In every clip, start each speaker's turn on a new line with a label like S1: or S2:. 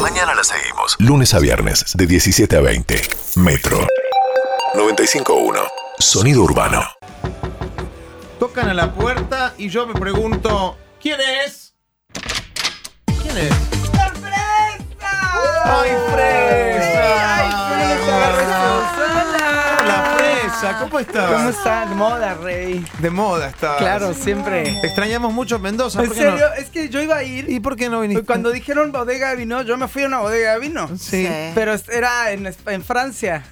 S1: Mañana la seguimos. Lunes a viernes, de 17 a 20. Metro. 95.1. Sonido urbano.
S2: Tocan a la puerta y yo me pregunto, ¿quién es? ¿Quién es?
S3: ¡Sorpresa!
S2: ¡Ay, fresa!
S3: ¡Ay, fresa! ¡Hola!
S2: Hola, fresa, ¿cómo estás?
S3: ¿Cómo están? Moda, rey.
S2: De moda estás.
S3: Claro, siempre.
S2: Te extrañamos mucho Mendoza.
S3: En
S2: ¿por qué no?
S3: serio, es que yo iba a ir.
S2: ¿Y por qué no
S3: Y
S2: viniste?
S3: cuando dijeron bodega de vino, yo me fui a una bodega de vino.
S2: Sí.
S3: Pero es- era en, Espa- en Francia.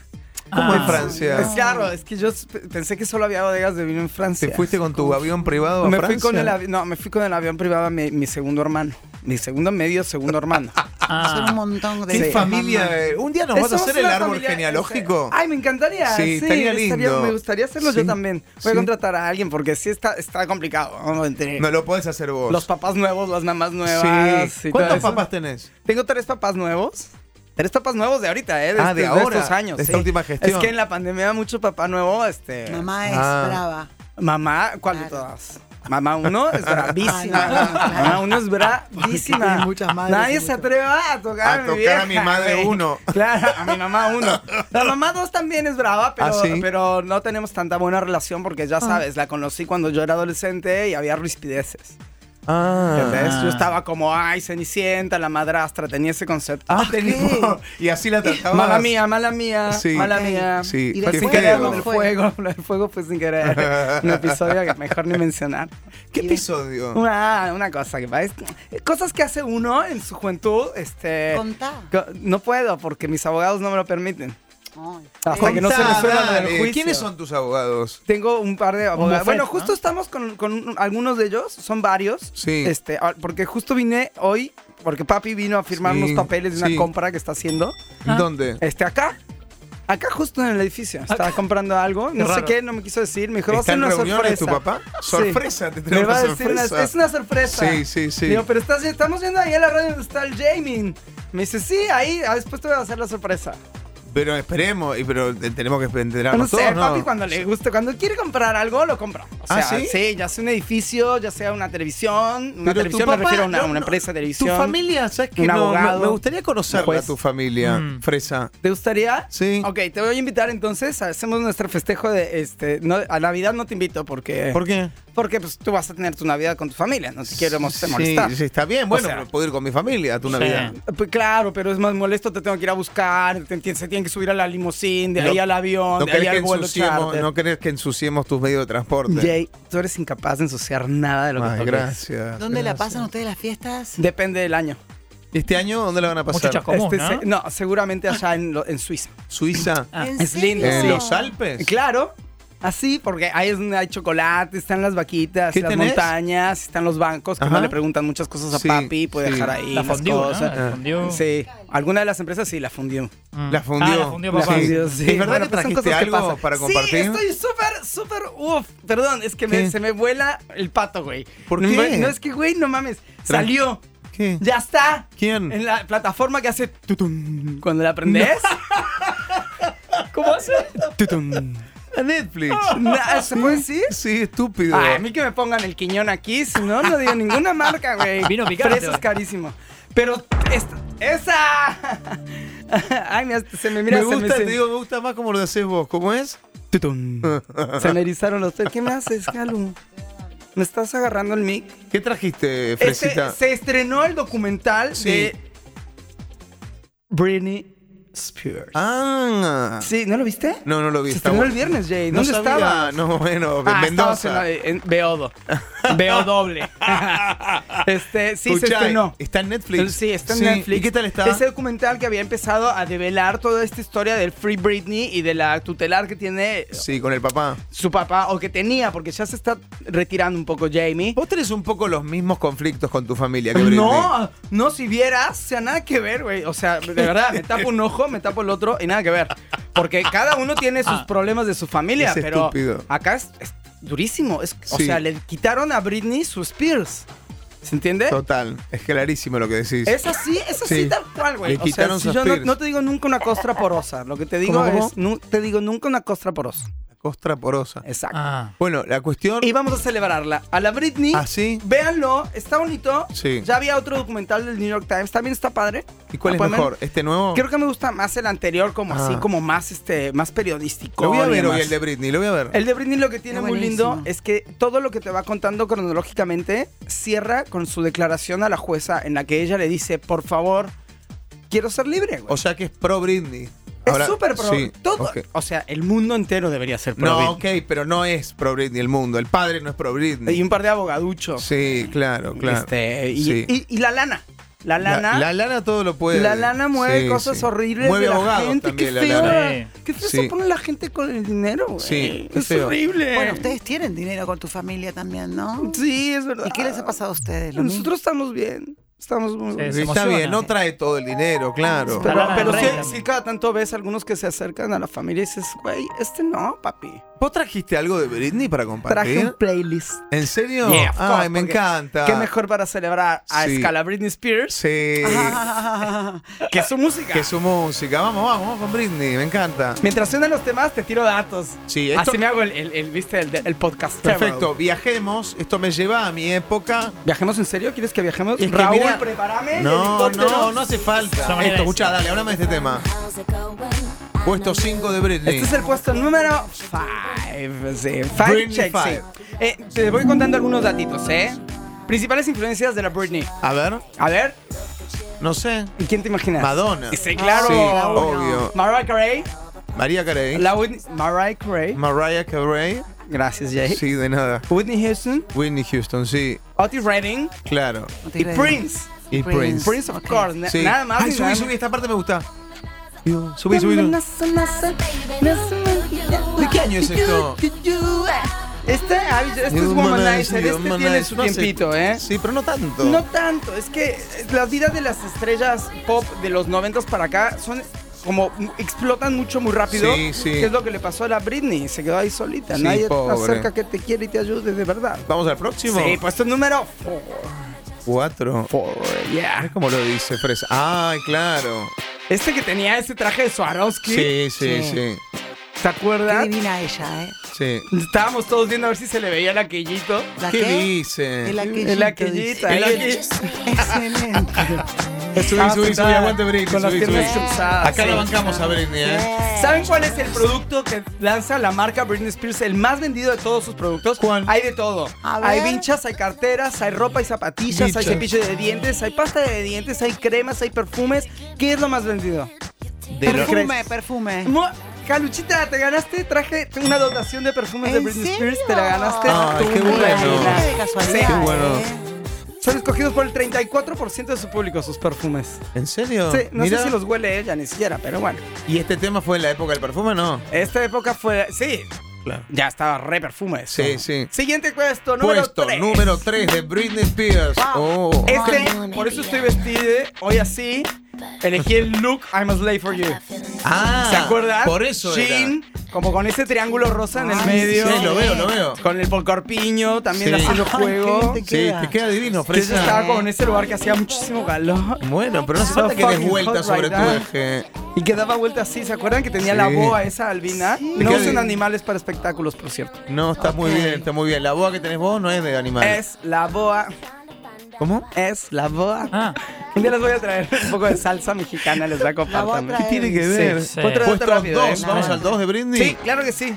S3: Pues,
S2: ¿Cómo Ah, en Francia?
S3: Ah. Es claro, es que yo s- pe- pensé que solo había bodegas de vino en Francia.
S2: ¿Te fuiste con tu avión privado a
S3: me
S2: Francia?
S3: fui con el avi- No, me fui con el avión privado a mi, mi segundo hermano. Mi segundo medio segundo hermano.
S4: Son
S2: Ah.
S4: un montón de
S2: ¿Qué
S3: Sí.
S2: familia? eh? ¿Un día nos vas a
S3: Somos
S2: hacer
S3: una
S2: el árbol
S3: familia- este,
S2: genealógico?
S3: Ay, me encantaría.
S2: Sí,
S3: Sí,
S2: estaría lindo.
S3: me gustaría hacerlo
S2: Sí,
S3: yo también. Voy
S2: sí.
S3: a contratar a alguien porque sí está, está complicado. ¿no? Entre
S2: No lo podés hacer vos.
S3: los papás nuevos, las mamás nuevas.
S2: Sí.
S3: y todo
S2: ¿Cuántos
S3: eso.
S2: papás tenés?
S3: Tengo tres papás nuevos. Tres papás nuevos de ahorita, ¿eh?
S2: Ah, de
S3: estos-
S2: ahora,
S3: estos años.
S2: de esta
S3: sí.
S2: última gestión.
S3: Es que en la pandemia mucho papá nuevo, este...
S4: Mamá es
S2: Ah.
S4: brava.
S3: Mamá, ¿cuál de
S4: Claro.
S3: todas? Mamá uno es
S4: Ay,
S3: bravísima.
S4: no, no, claro.
S3: Mamá uno es
S4: Porque
S3: bravísima.
S4: tiene muchas madres y
S3: Nadie se
S4: muchos-
S3: atreva a tocar
S2: A
S3: a mi
S2: tocar
S3: vieja,
S2: a mi madre
S3: güey.
S2: uno.
S3: Claro, a mi mamá uno. La mamá dos también es brava, pero,
S2: ¿Ah, sí?
S3: pero no tenemos tanta buena relación porque
S4: Ah.
S3: ya sabes, la conocí cuando yo era adolescente y había rispideces.
S2: Ah.
S3: ¿Entendés? Yo estaba como, ay, Cenicienta, la madrastra, tenía ese concepto.
S2: Ah, teníamos- Y así la tratabas.
S3: Mala mía, mala mía,
S2: Sí.
S3: mala
S4: Ok.
S3: mía.
S2: Sí, fue
S4: Y
S3: Fue
S2: sin
S4: después
S3: sin
S4: fuego,
S2: querer.
S3: querer,
S4: no
S3: lo del
S4: fue.
S3: fuego, lo del fuego fue sin querer. Un episodio que mejor ni mencionar.
S2: ¿Qué
S4: Y de-
S2: episodio?
S3: Una, una cosa que parece. Cosas que hace uno en su juventud, este.
S4: Contá.
S3: co- No puedo porque mis abogados no me lo permiten.
S4: Ay.
S3: Hasta que no se
S2: Contá,
S3: resuelva lo del
S2: dale,
S3: juicio.
S2: Eh, ¿Quiénes son tus abogados?
S3: Tengo un par de abogados.
S5: buffet,
S3: bueno,
S5: ¿no?
S3: justo estamos con, con algunos de ellos, son varios.
S2: Sí.
S3: Este, ah, porque justo vine hoy, porque papi vino a firmar
S2: Sí,
S3: unos papeles de una
S2: sí.
S3: compra que está haciendo.
S5: Ah.
S2: ¿Dónde?
S3: Este, acá. Acá justo en el edificio. Estaba comprando algo. No sé
S5: raro.
S3: qué, no me quiso decir. Me dijo, va a
S2: ¿Está
S3: ser
S2: en
S3: una
S2: reuniones
S3: sorpresa.
S2: tu papá?
S3: Sí.
S2: Sorpresa, te
S3: Me
S2: traigo
S3: va
S2: una
S3: a decir una,
S2: sorpresa.
S3: es una sorpresa.
S2: Sí, sí, sí.
S3: Digo, pero estás, estamos viendo ahí a la radio donde está el Jamin. Me dice, sí, ahí, ah, después te voy a hacer la sorpresa.
S2: Pero esperemos, y pero te- tenemos que
S3: No,
S2: enterarnos
S3: sé,
S2: todos,
S3: papi,
S2: ¿no?
S3: cuando le guste, cuando quiere comprar algo, lo compra. O sea,
S2: ¿Ah, sí?
S3: ya sea un edificio, ya sea una televisión. Una
S2: Pero tu
S3: televisión me
S2: papá,
S3: refiero a una,
S2: no,
S3: una
S2: no,
S3: empresa de
S2: Tu
S3: televisión.
S2: familia, ¿sabes qué?
S3: un
S2: No, me-
S3: abogado,
S2: me gustaría
S3: un
S2: conocerla,
S3: juez.
S2: tu familia,
S5: Mm.
S2: Fresa.
S3: ¿Te gustaría?
S2: Sí.
S3: Ok, te voy a invitar entonces. Hacemos nuestro festejo de este. no- a Navidad no te invito porque.
S2: ¿Por qué?
S3: Porque pues, tú vas a tener tu Navidad con tu familia. No te quiero
S2: Sí,
S3: molestar.
S2: sí, está bien. Bueno,
S3: O sea-
S2: pero puedo ir con mi familia a tu
S5: Sí.
S2: Navidad.
S3: Pues claro, pero es más molesto, te tengo que ir a buscar, te- te- se tienen que subir a la limusín, de
S2: No-
S3: ahí al avión,
S2: ¿No
S3: de ahí
S2: crees, que
S3: al vuelo
S2: ensuciemos,
S3: charter.
S2: no crees que ensuciemos tus medios de transporte?
S3: Jay, tú eres incapaz de ensuciar nada de lo
S2: Ay,
S3: que toques.
S2: gracias.
S4: ¿Dónde la
S2: gracias.
S4: pasan ustedes las fiestas?
S3: Depende del año.
S2: ¿Y este año dónde la van a
S5: Mucho
S2: pasar?
S5: chacón. ¿Cómo, no?
S3: Este, se- no, seguramente allá en, lo- en Suiza.
S2: ¿Suiza?
S5: Ah,
S4: ¿En
S3: es
S4: serio?
S3: lindo,
S2: ¿En
S3: sí. Eh,
S2: los Alpes?
S3: Claro, así, porque ahí es donde hay chocolate, están las vaquitas,
S2: ¿Qué
S3: las
S2: tenés?
S3: montañas, están los bancos, que
S2: Ajá.
S3: no le preguntan muchas cosas a
S2: Sí,
S3: papi, puede
S2: sí.
S3: dejar ahí
S5: La
S3: las
S5: fundió, ¿no?
S3: cosas.
S5: La fundió.
S3: Sí, alguna de las empresas sí la fundió.
S5: Mm.
S2: La fundió.
S5: Ah, la fundió,
S3: La
S5: papá.
S3: fundió, sí.
S2: ¿Es verdad
S3: Bueno,
S2: que
S3: pues son
S2: trajiste
S3: cosas que
S2: algo
S3: pasan.
S2: para compartir?
S3: Sí, estoy súper, súper, uff, perdón, es que me-
S2: ¿Qué?
S3: se me vuela el pato, güey.
S2: ¿Por
S3: No,
S2: qué?
S3: güey, No, es que, güey, no mames,
S2: Tra-
S3: salió,
S2: ¿Qué?
S3: ya está.
S2: ¿Quién?
S3: En la plataforma que hace tutum cuando la aprendes. ¿Cómo hace? Tutum.
S2: A Netflix.
S3: Na- ¿Se puede decir?
S2: Ah. Sí, estúpido.
S3: Ay, a mí que me pongan el quiñón aquí, si no, no digo ninguna marca, güey.
S5: Vino picante.
S3: Fresa es carísimo. Pero esta, ¡esa! Ay, mira, se me mira,
S2: me
S3: se me-
S2: gusta,
S3: se
S2: te digo, me gusta más como lo haces vos. ¿Cómo es?
S3: Tutum. Se me erizaron los pelos. ¿Qué me haces, Calu? ¿Me estás agarrando el mic?
S2: ¿Qué trajiste,
S3: Este,
S2: Fresita?
S3: se estrenó el documental
S2: Sí.
S3: de Britney Spears.
S2: Ah.
S3: Sí, ¿no lo viste?
S2: No, no lo vi.
S3: Se
S2: está
S3: estrenó
S2: bueno.
S3: el viernes, Jay.
S2: No
S3: ¿Dónde
S2: sabía.
S3: estaba?
S2: No, bueno, en
S3: Ah, estabas
S2: Mendoza.
S3: en la- en Beodo. Veo doble. este, sí, se
S2: Escuchá, eh,
S3: estrenó.
S2: Está en Netflix.
S3: Sí, está en Netflix.
S2: ¿Y qué tal está?
S3: Ese documental que había empezado a develar toda esta historia del Free Britney y de la tutelar que tiene
S2: Sí, con el papá.
S3: su papá, o que tenía, porque ya se está retirando un poco Jamie.
S2: Vos tenés un poco los mismos conflictos con tu familia que Britney.
S3: No, no, si vieras, o sea, nada que ver, güey. O sea, de verdad, me tapo un ojo, me tapo el otro y nada que ver. Porque cada uno tiene sus problemas de su familia,
S2: Ah. Es
S3: pero
S2: estúpido.
S3: acá es, es durísimo. Es, O
S2: Sí.
S3: sea, le quitaron a Britney sus Spears. ¿Se entiende?
S2: Total, es clarísimo lo que decís.
S3: Es así, es así
S2: Sí.
S3: tal cual, güey.
S2: Le
S3: O sea,
S2: quitaron
S3: si
S2: sus
S3: yo no,
S2: Spears.
S3: no te digo nunca una costra porosa, lo que te digo
S2: ¿Cómo, cómo?
S3: es, no te digo nunca una costra porosa.
S2: costra porosa.
S3: Exacto.
S5: Ah.
S2: Bueno, la cuestión.
S3: Y vamos a celebrarla. A la Britney.
S2: ¿Así?
S3: Véanlo, está bonito.
S2: Ah, Sí.
S3: Ya había otro documental del New York Times, también está padre.
S2: ¿Y cuál es
S3: Aquaman.
S2: mejor? ¿Este nuevo?
S3: Creo que me gusta más el anterior, como así,
S2: Ah.
S3: como más este, más periodístico.
S2: Lo voy a
S3: y
S2: ver
S3: demás.
S2: hoy, el de Britney, lo voy a ver.
S3: El de Britney lo que tiene
S4: Está
S3: muy
S4: buenísimo.
S3: lindo es que todo lo que te va contando cronológicamente cierra con su declaración a la jueza en la que ella le dice, por favor, quiero ser libre. güey".
S2: O sea que es pro Britney. Ahora-
S3: es súper pro.
S2: sí,
S3: todo,
S2: ok.
S3: O sea, el mundo entero debería ser pro.
S2: No, ok,
S3: Britney.
S2: pero no es pro Britney el mundo. El padre no es pro Britney.
S3: Y un par de abogaduchos.
S2: Sí, claro, claro.
S3: Este, y,
S2: Sí.
S3: y- y la lana. La
S2: La,
S3: lana.
S2: la lana todo lo puede.
S3: La lana mueve
S2: Sí,
S3: cosas
S2: sí.
S3: horribles
S2: Mueve
S3: de la
S2: abogados
S3: gente. Qué
S2: también la
S3: feo.
S2: lana.
S5: Sí.
S3: Qué feo
S2: Sí.
S3: se pone la gente con el dinero, güey.
S2: Sí, qué
S3: es
S2: feo.
S3: horrible.
S4: Bueno, ustedes tienen dinero con tu familia también, ¿no?
S3: Sí, es verdad.
S4: ¿Y qué les ha pasado a ustedes? Lo mismo.
S3: Pues Nosotros estamos bien. Estamos muy bien.
S5: se
S2: Está bien,
S5: emociona.
S2: no trae todo el dinero, claro.
S5: Pero-
S3: Pero,
S5: La lana
S3: pero
S5: del
S3: sí,
S5: rey también.
S3: sí cada tanto ves algunos que se acercan a la familia y dices, güey, este no, papi.
S2: ¿Vos trajiste algo de Britney para
S3: Traje
S2: compartir?
S3: un playlist.
S2: ¿En serio?
S3: Yeah, of course,
S2: Ay, me
S3: porque
S2: encanta.
S3: Qué mejor para celebrar a
S2: Sí.
S3: escala Britney Spears
S2: Sí.
S3: que su música.
S2: que su música. Vamos, vamos, vamos con Britney, me encanta.
S3: Mientras suenan los temas, te tiro datos.
S2: Sí, esto-
S3: Así me hago el, el, el, ¿viste? El, el podcast.
S2: Perfecto, viajemos. Esto me lleva a mi época.
S3: ¿Viajemos en serio? ¿Quieres que viajemos?
S2: Es que
S3: Raúl,
S2: mira-
S3: prepárame. el
S2: No,
S3: helicóptero.
S2: no, no hace
S5: Esa
S2: falta.
S5: manera
S2: Esto,
S5: es.
S2: escuchá, dale, háblame de este tema. Puesto 5 de Britney.
S3: Este es el puesto número 5. Sí, Five
S2: Britney
S3: check, sí.
S2: five.
S3: Eh, te voy contando algunos datitos, ¿eh? Principales influencias de la Britney.
S2: A ver,
S3: A ver,
S2: no sé.
S3: ¿y quién te imaginas?
S2: Madonna.
S3: Sí, claro.
S2: Sí, obvio.
S3: Mariah Carey.
S2: María Carey.
S3: La Whitney- Mariah Carey.
S2: Mariah Carey.
S3: Gracias, Jay.
S2: Sí, de nada.
S3: Whitney Houston.
S2: Whitney Houston, sí,
S3: Otis Redding.
S2: claro.
S3: Y Prince.
S2: Y Prince.
S3: Prince, of
S4: Ok.
S3: course. na-
S2: Sí.
S3: Nada más.
S2: Ay,
S3: ni
S2: subí,
S3: nada
S2: subí,
S3: menos.
S2: esta parte me gusta. Subí, subí. subí. ¿De qué año es esto? uh,
S3: Este, ay, este es Womanizer. Este tiene su
S2: No sé.
S3: tiempito, ¿eh?
S2: Sí, pero no tanto.
S3: No tanto, es que las vidas de las estrellas pop de los 90 para acá son como m- explotan mucho muy rápido.
S2: Sí, sí.
S3: Que es lo que le pasó a la Britney, se quedó ahí solita.
S2: Sí,
S3: Nadie está
S2: pobre.
S3: cerca que te quiere y te ayude de verdad.
S2: Vamos al próximo.
S3: Sí, puesto número 4.
S2: Cuatro. Es
S3: Yeah.
S2: como lo dice Fresa. Ay, claro.
S3: Este que tenía ese traje de Swarovski.
S2: Sí, sí, sí.
S3: ¿Te
S4: Qué
S3: acuerdas?
S4: divina ella, ¿eh?
S2: Sí.
S3: Estábamos todos viendo a ver si se le veía el aquellito.
S4: ¿La
S2: ¿Qué
S4: qué?
S2: dice?
S4: El aquellito,
S3: El aquellita.
S4: dice.
S3: El aquellito.
S4: Excelente.
S2: Subí, subí, subí, aguante Britney.
S3: Ah, Con las
S2: subí,
S3: piernas
S2: subí.
S3: cruzadas.
S2: Acá
S3: sí.
S2: la bancamos a Britney, ¿eh?
S3: ¿Saben cuál es el producto que lanza la marca Britney Spears? El más vendido de todos sus productos.
S2: ¿Cuál?
S3: Hay de todo.
S4: A
S3: Hay
S4: ver.
S3: vinchas, hay carteras, hay ropa y zapatillas,
S2: Vinchas.
S3: hay cepillo de dientes, hay pasta de dientes, hay cremas, hay perfumes. ¿Qué es lo más vendido?
S2: De lo-
S4: Perfume, perfume.
S3: Mo- Caluchita, te ganaste, traje una dotación de perfumes de
S4: ¿En
S3: Britney
S4: serio?
S3: Spears, te la ganaste.
S2: Ay,
S3: Tú,
S2: qué bueno.
S3: reina.
S4: Qué de casualidad,
S3: Sí.
S2: Qué bueno.
S4: ¿eh?
S3: Son escogidos por el 34% de su público sus perfumes.
S2: ¿En serio?
S3: Sí, no
S2: Ah, Mira.
S3: sé si los huele ella ni siquiera, pero bueno.
S2: ¿Y este tema fue en la época del perfume no?
S3: Esta época fue. Sí.
S2: Claro.
S3: Ya estaba re perfume. eso.
S2: Sí, sí.
S3: Siguiente puesto, número
S2: Puesto
S3: tres.
S2: número 3 de Britney Spears. Oh.
S3: Este, por eso estoy vestida hoy así. Elegí el look I'm a slave for you.
S2: Ah,
S3: ¿Se acuerdan?
S2: Por eso era.
S3: Jean, como con ese triángulo rosa en el
S4: Ay,
S3: medio.
S2: Sí, lo veo, lo veo.
S3: Con el polcorpiño también
S2: Sí.
S3: haciendo
S4: Ay,
S3: juego.
S4: qué
S3: Que
S4: te-
S2: Sí,
S4: queda.
S2: te queda divino,
S3: yo estaba
S2: Fresa.
S3: como en ese lugar que hacía muchísimo calor.
S2: Bueno, pero no hace
S3: So
S2: falta que des
S3: fucking
S2: vuelta
S3: hot
S2: sobre
S3: right
S2: tu
S3: now.
S2: eje.
S3: Y que daba vuelta así. ¿Se acuerdan que tenía
S2: Sí.
S3: la boa esa albina? No
S2: Qué
S3: usen
S2: bien.
S3: animales para espectáculos, por cierto.
S2: No, está muy
S4: Ok.
S2: bien, está muy bien. La boa que tenés vos no es de animal.
S3: Es la boa.
S2: ¿Cómo?
S3: Es la boa.
S5: Ah.
S3: Un día les voy a traer un poco de salsa mexicana, les voy a
S4: La voy a
S3: compartir.
S4: traer.
S2: Tiene que ver.
S5: Sí.
S3: Otro dato
S2: Puesto
S3: rápido,
S2: dos,
S3: ¿eh?
S2: vamos
S4: Nada.
S2: al 2 de Britney.
S3: Sí, claro que sí.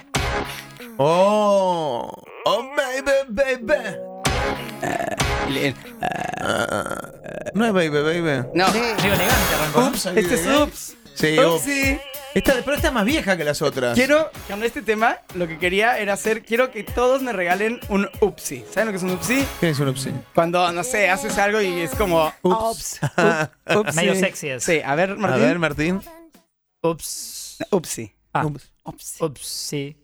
S2: Oh, oh baby, baby. Eh, No es baby, baby.
S3: No.
S5: Digo, elegante arrancó.
S2: Ups, ahí
S3: Este es
S2: viene.
S3: Ups.
S2: Sí, ups.
S3: Upsi.
S2: Esta, pero esta es más vieja que las otras.
S3: Quiero, con este tema, lo que quería era hacer, quiero que todos me regalen un Upsi. ¿Saben lo que es un Upsi?
S2: ¿Qué es un upsi?
S3: Cuando, no sé, haces algo y es como...
S2: Ups.
S3: up- upsi.
S5: Medio sexy es.
S3: Sí, a ver,
S2: A
S3: Martín.
S2: ver, Martín.
S5: Ups.
S3: Upsi.
S5: Ah.
S2: Ups.
S4: Ops.
S5: Ups, sí.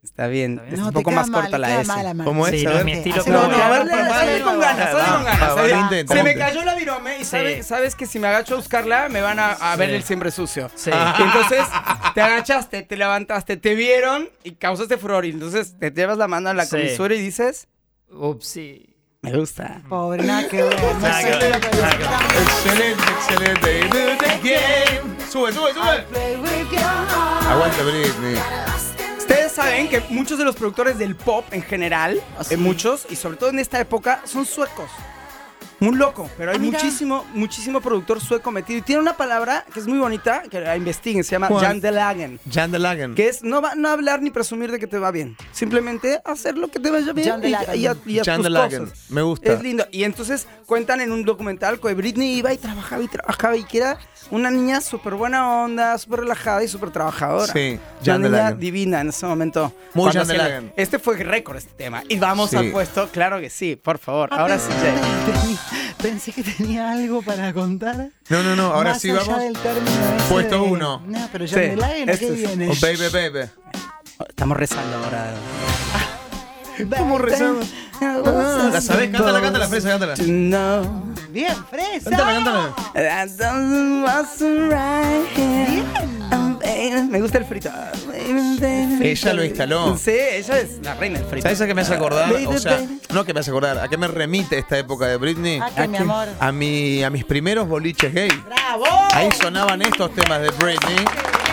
S3: Está bien, es
S5: bien.
S3: un
S4: No, te
S3: poco
S4: queda
S3: más
S4: mal,
S3: corta
S4: te
S3: la
S4: queda
S3: S.
S4: mal, Amanda.
S2: ¿Cómo es?
S5: Sí,
S2: A
S5: no es
S2: ver.
S5: mi estilo.
S4: No,
S5: pero
S3: No,
S4: no,
S5: bueno.
S4: a ver,
S3: dale, dale, dale con ganas, dale con ganas.
S2: Ah,
S3: dale.
S2: valiente,
S3: Se me
S2: valiente.
S3: cayó la virome y sabe-
S5: Sí.
S3: sabes que si me agacho a buscarla me van a, a
S5: Sí.
S3: ver el siempre sucio.
S5: Sí.
S3: Y entonces te agachaste, te levantaste, te vieron y causaste furor. Y entonces te llevas la mano a la
S5: Sí.
S3: comisura y dices,
S5: Ups, sí.
S3: me gusta.
S4: Pobre, nada que ver. No
S5: Nada que
S4: sé
S5: ver,
S4: lo que
S5: nada que ver.
S2: Excelente, excelente. Do the game. Sube, sube, sube. Aguanta, Britney.
S3: ¿Ustedes saben que muchos de los productores del pop en general,
S5: Ah,
S4: Así.
S3: eh, muchos, y sobre todo en esta época, son suecos. Muy loco, pero hay
S4: Ah, mira.
S3: muchísimo, muchísimo productor sueco metido. Y tiene una palabra que es muy bonita, que la investiguen, se llama
S2: ¿Cuál?
S3: Jan de Lagen.
S2: Jan de Lagen.
S3: Que es no, va- no hablar ni presumir de que te va bien. Simplemente hacer lo que te vaya bien
S4: Jan de
S3: y,
S4: Lagen.
S3: y, a- y a
S2: Jan
S3: tus
S2: de Lagen.
S3: cosas.
S2: Me gusta.
S3: Es lindo. Y entonces cuentan en un documental que Britney iba y trabajaba y trabajaba y que era una niña súper buena onda, súper relajada y súper trabajadora.
S2: Sí,
S3: Una
S2: Jan de
S3: niña
S2: Lagen.
S3: divina en ese momento.
S2: Muy
S3: Cuando
S2: Jan de
S3: hacía la-
S2: Lagen.
S3: Este fue récord este tema. Y vamos
S2: Sí.
S3: al puesto, claro que sí, por favor. Ahora sí,
S4: pensé,
S3: Jay.
S4: que tenía, pensé que tenía algo para contar.
S2: No, no, no, ahora
S4: Más
S2: sí
S4: allá
S2: vamos.
S4: del término ese
S2: Puesto
S4: de-
S2: uno.
S4: No, pero
S3: Sí,
S4: Jan de Lagen, ¿a
S3: este
S4: qué
S3: es-
S4: viene?
S2: Oh, baby, baby.
S3: Estamos rezando ahora.
S2: ¿Cómo rezamos? Ah, La sabés, cántala, cántala, Fresa, cántala.
S3: To know
S4: Bien, fresa.
S2: Cántala, cántala.
S3: that something was right here.
S4: Bien.
S3: Oh, baby, Me gusta el frito. Oh, baby, baby.
S2: Ella lo instaló.
S3: Sí, ella es la reina del frito.
S2: ¿Sabes a qué me hace acordar?
S3: Baby,
S2: O sea,
S3: baby.
S2: no que me hace acordar, ¿a qué me remite esta época de Britney?
S4: ¿A qué, Ah, mi amor?
S2: A, mi, a mis primeros boliches gay.
S4: ¡Bravo!
S2: Ahí sonaban estos temas de Britney.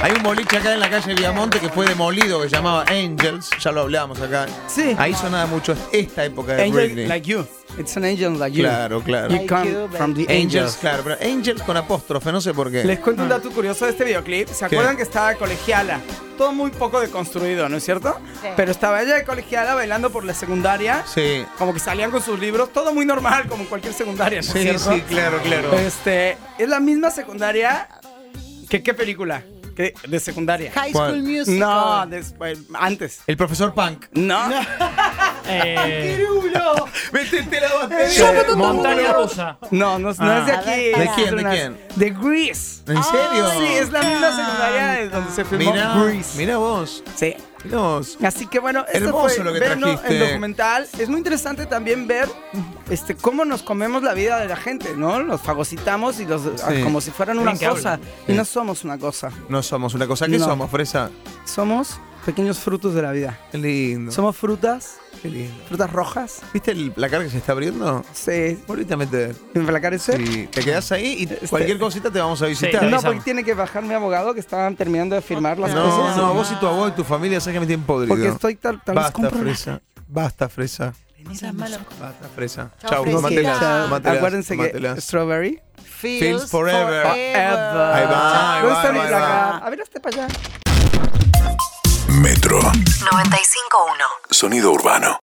S2: Hay un boliche acá en la calle Viamonte que fue demolido, que se llamaba Angels, ya lo hablábamos acá.
S3: Sí.
S2: Ahí sonaba mucho esta época de Britney.
S3: Angel like you. It's an angel like you.
S2: Claro, claro.
S3: You
S4: Like
S3: come
S4: you, baby.
S3: from the
S2: Angels,
S3: angels.
S2: claro, pero Angels con apóstrofe, no sé por
S3: Les
S2: qué.
S3: cuento un dato curioso de este videoclip. ¿Se
S2: ¿Qué?
S3: acuerdan que estaba colegiala? Todo muy poco deconstruido, ¿no es cierto?
S4: Sí.
S3: Pero estaba ella de colegiala bailando por la secundaria.
S2: Sí.
S3: Como que salían con sus libros, todo muy normal, como en cualquier secundaria, ¿no es
S2: Sí,
S3: cierto?
S2: sí, claro, claro.
S3: Este, es la misma secundaria que qué película? Que de secundaria.
S4: High
S2: ¿Cuál?
S4: School Musical.
S3: No, después, antes.
S2: El profesor Punk.
S3: No.
S5: Eh,
S2: Métete la botella.
S5: eh, montaña rusa.
S3: No, no, no es de
S4: Ah. A
S3: aquí.
S4: ver,
S3: es
S4: ¿De
S2: quién, de
S3: una-
S2: quién?
S3: De Grease.
S2: ¿En serio?
S3: Ah, Sí, es la
S4: Ah.
S3: misma secundaria de donde se filmó
S2: Mirá,
S3: Grease.
S2: mirá vos.
S3: Sí.
S2: Mirá vos.
S3: Así que bueno, esto
S2: Hermoso
S3: fue
S2: lo que
S3: verlo
S2: trajiste.
S3: el documental. Es muy interesante también ver este cómo nos comemos la vida de la gente, ¿no? Los fagocitamos y los
S2: Sí.
S3: como si fueran una
S5: Miren que
S3: cosa.
S5: hablan.
S3: Y no somos una cosa.
S2: No somos una cosa. ¿Qué
S3: No.
S2: somos, Fresa?
S3: Somos pequeños frutos de la vida.
S2: Qué lindo.
S3: Somos frutas,
S2: Qué lindo.
S3: frutas rojas.
S2: ¿Viste el placar que se está abriendo?
S3: Sí.
S2: Ahorita mete.
S3: ¿Me placar ese?
S2: Sí, Este- te quedás ahí y cualquier cosita te vamos a visitar.
S5: Sí,
S3: No,
S5: avisamos.
S3: porque tiene que bajar mi abogado que estaban terminando de firmar las
S2: No,
S3: cosas.
S2: no, vos y tu abuelo y tu familia sabes que me tienen podrido.
S3: Porque estoy tal, tal vez
S2: Basta,
S3: compro la-
S2: Fresa. Basta, Fresa.
S4: No seas malo.
S2: Basta, Fresa.
S4: Chau,
S2: Chau,
S4: Fresita.
S2: tómatelas,
S4: Chao.
S2: tómatelas,
S3: Ah, Acuérdense que
S2: tómatelas.
S3: Strawberry
S4: Feels
S2: forever.
S4: forever.
S2: Ahí va, ahí
S3: ¿Dónde
S2: va,
S3: está
S2: ahí
S3: mi
S2: va.
S3: placa? A ver, hasta para allá.
S1: Metro.
S6: 95.1.
S1: Sonido urbano.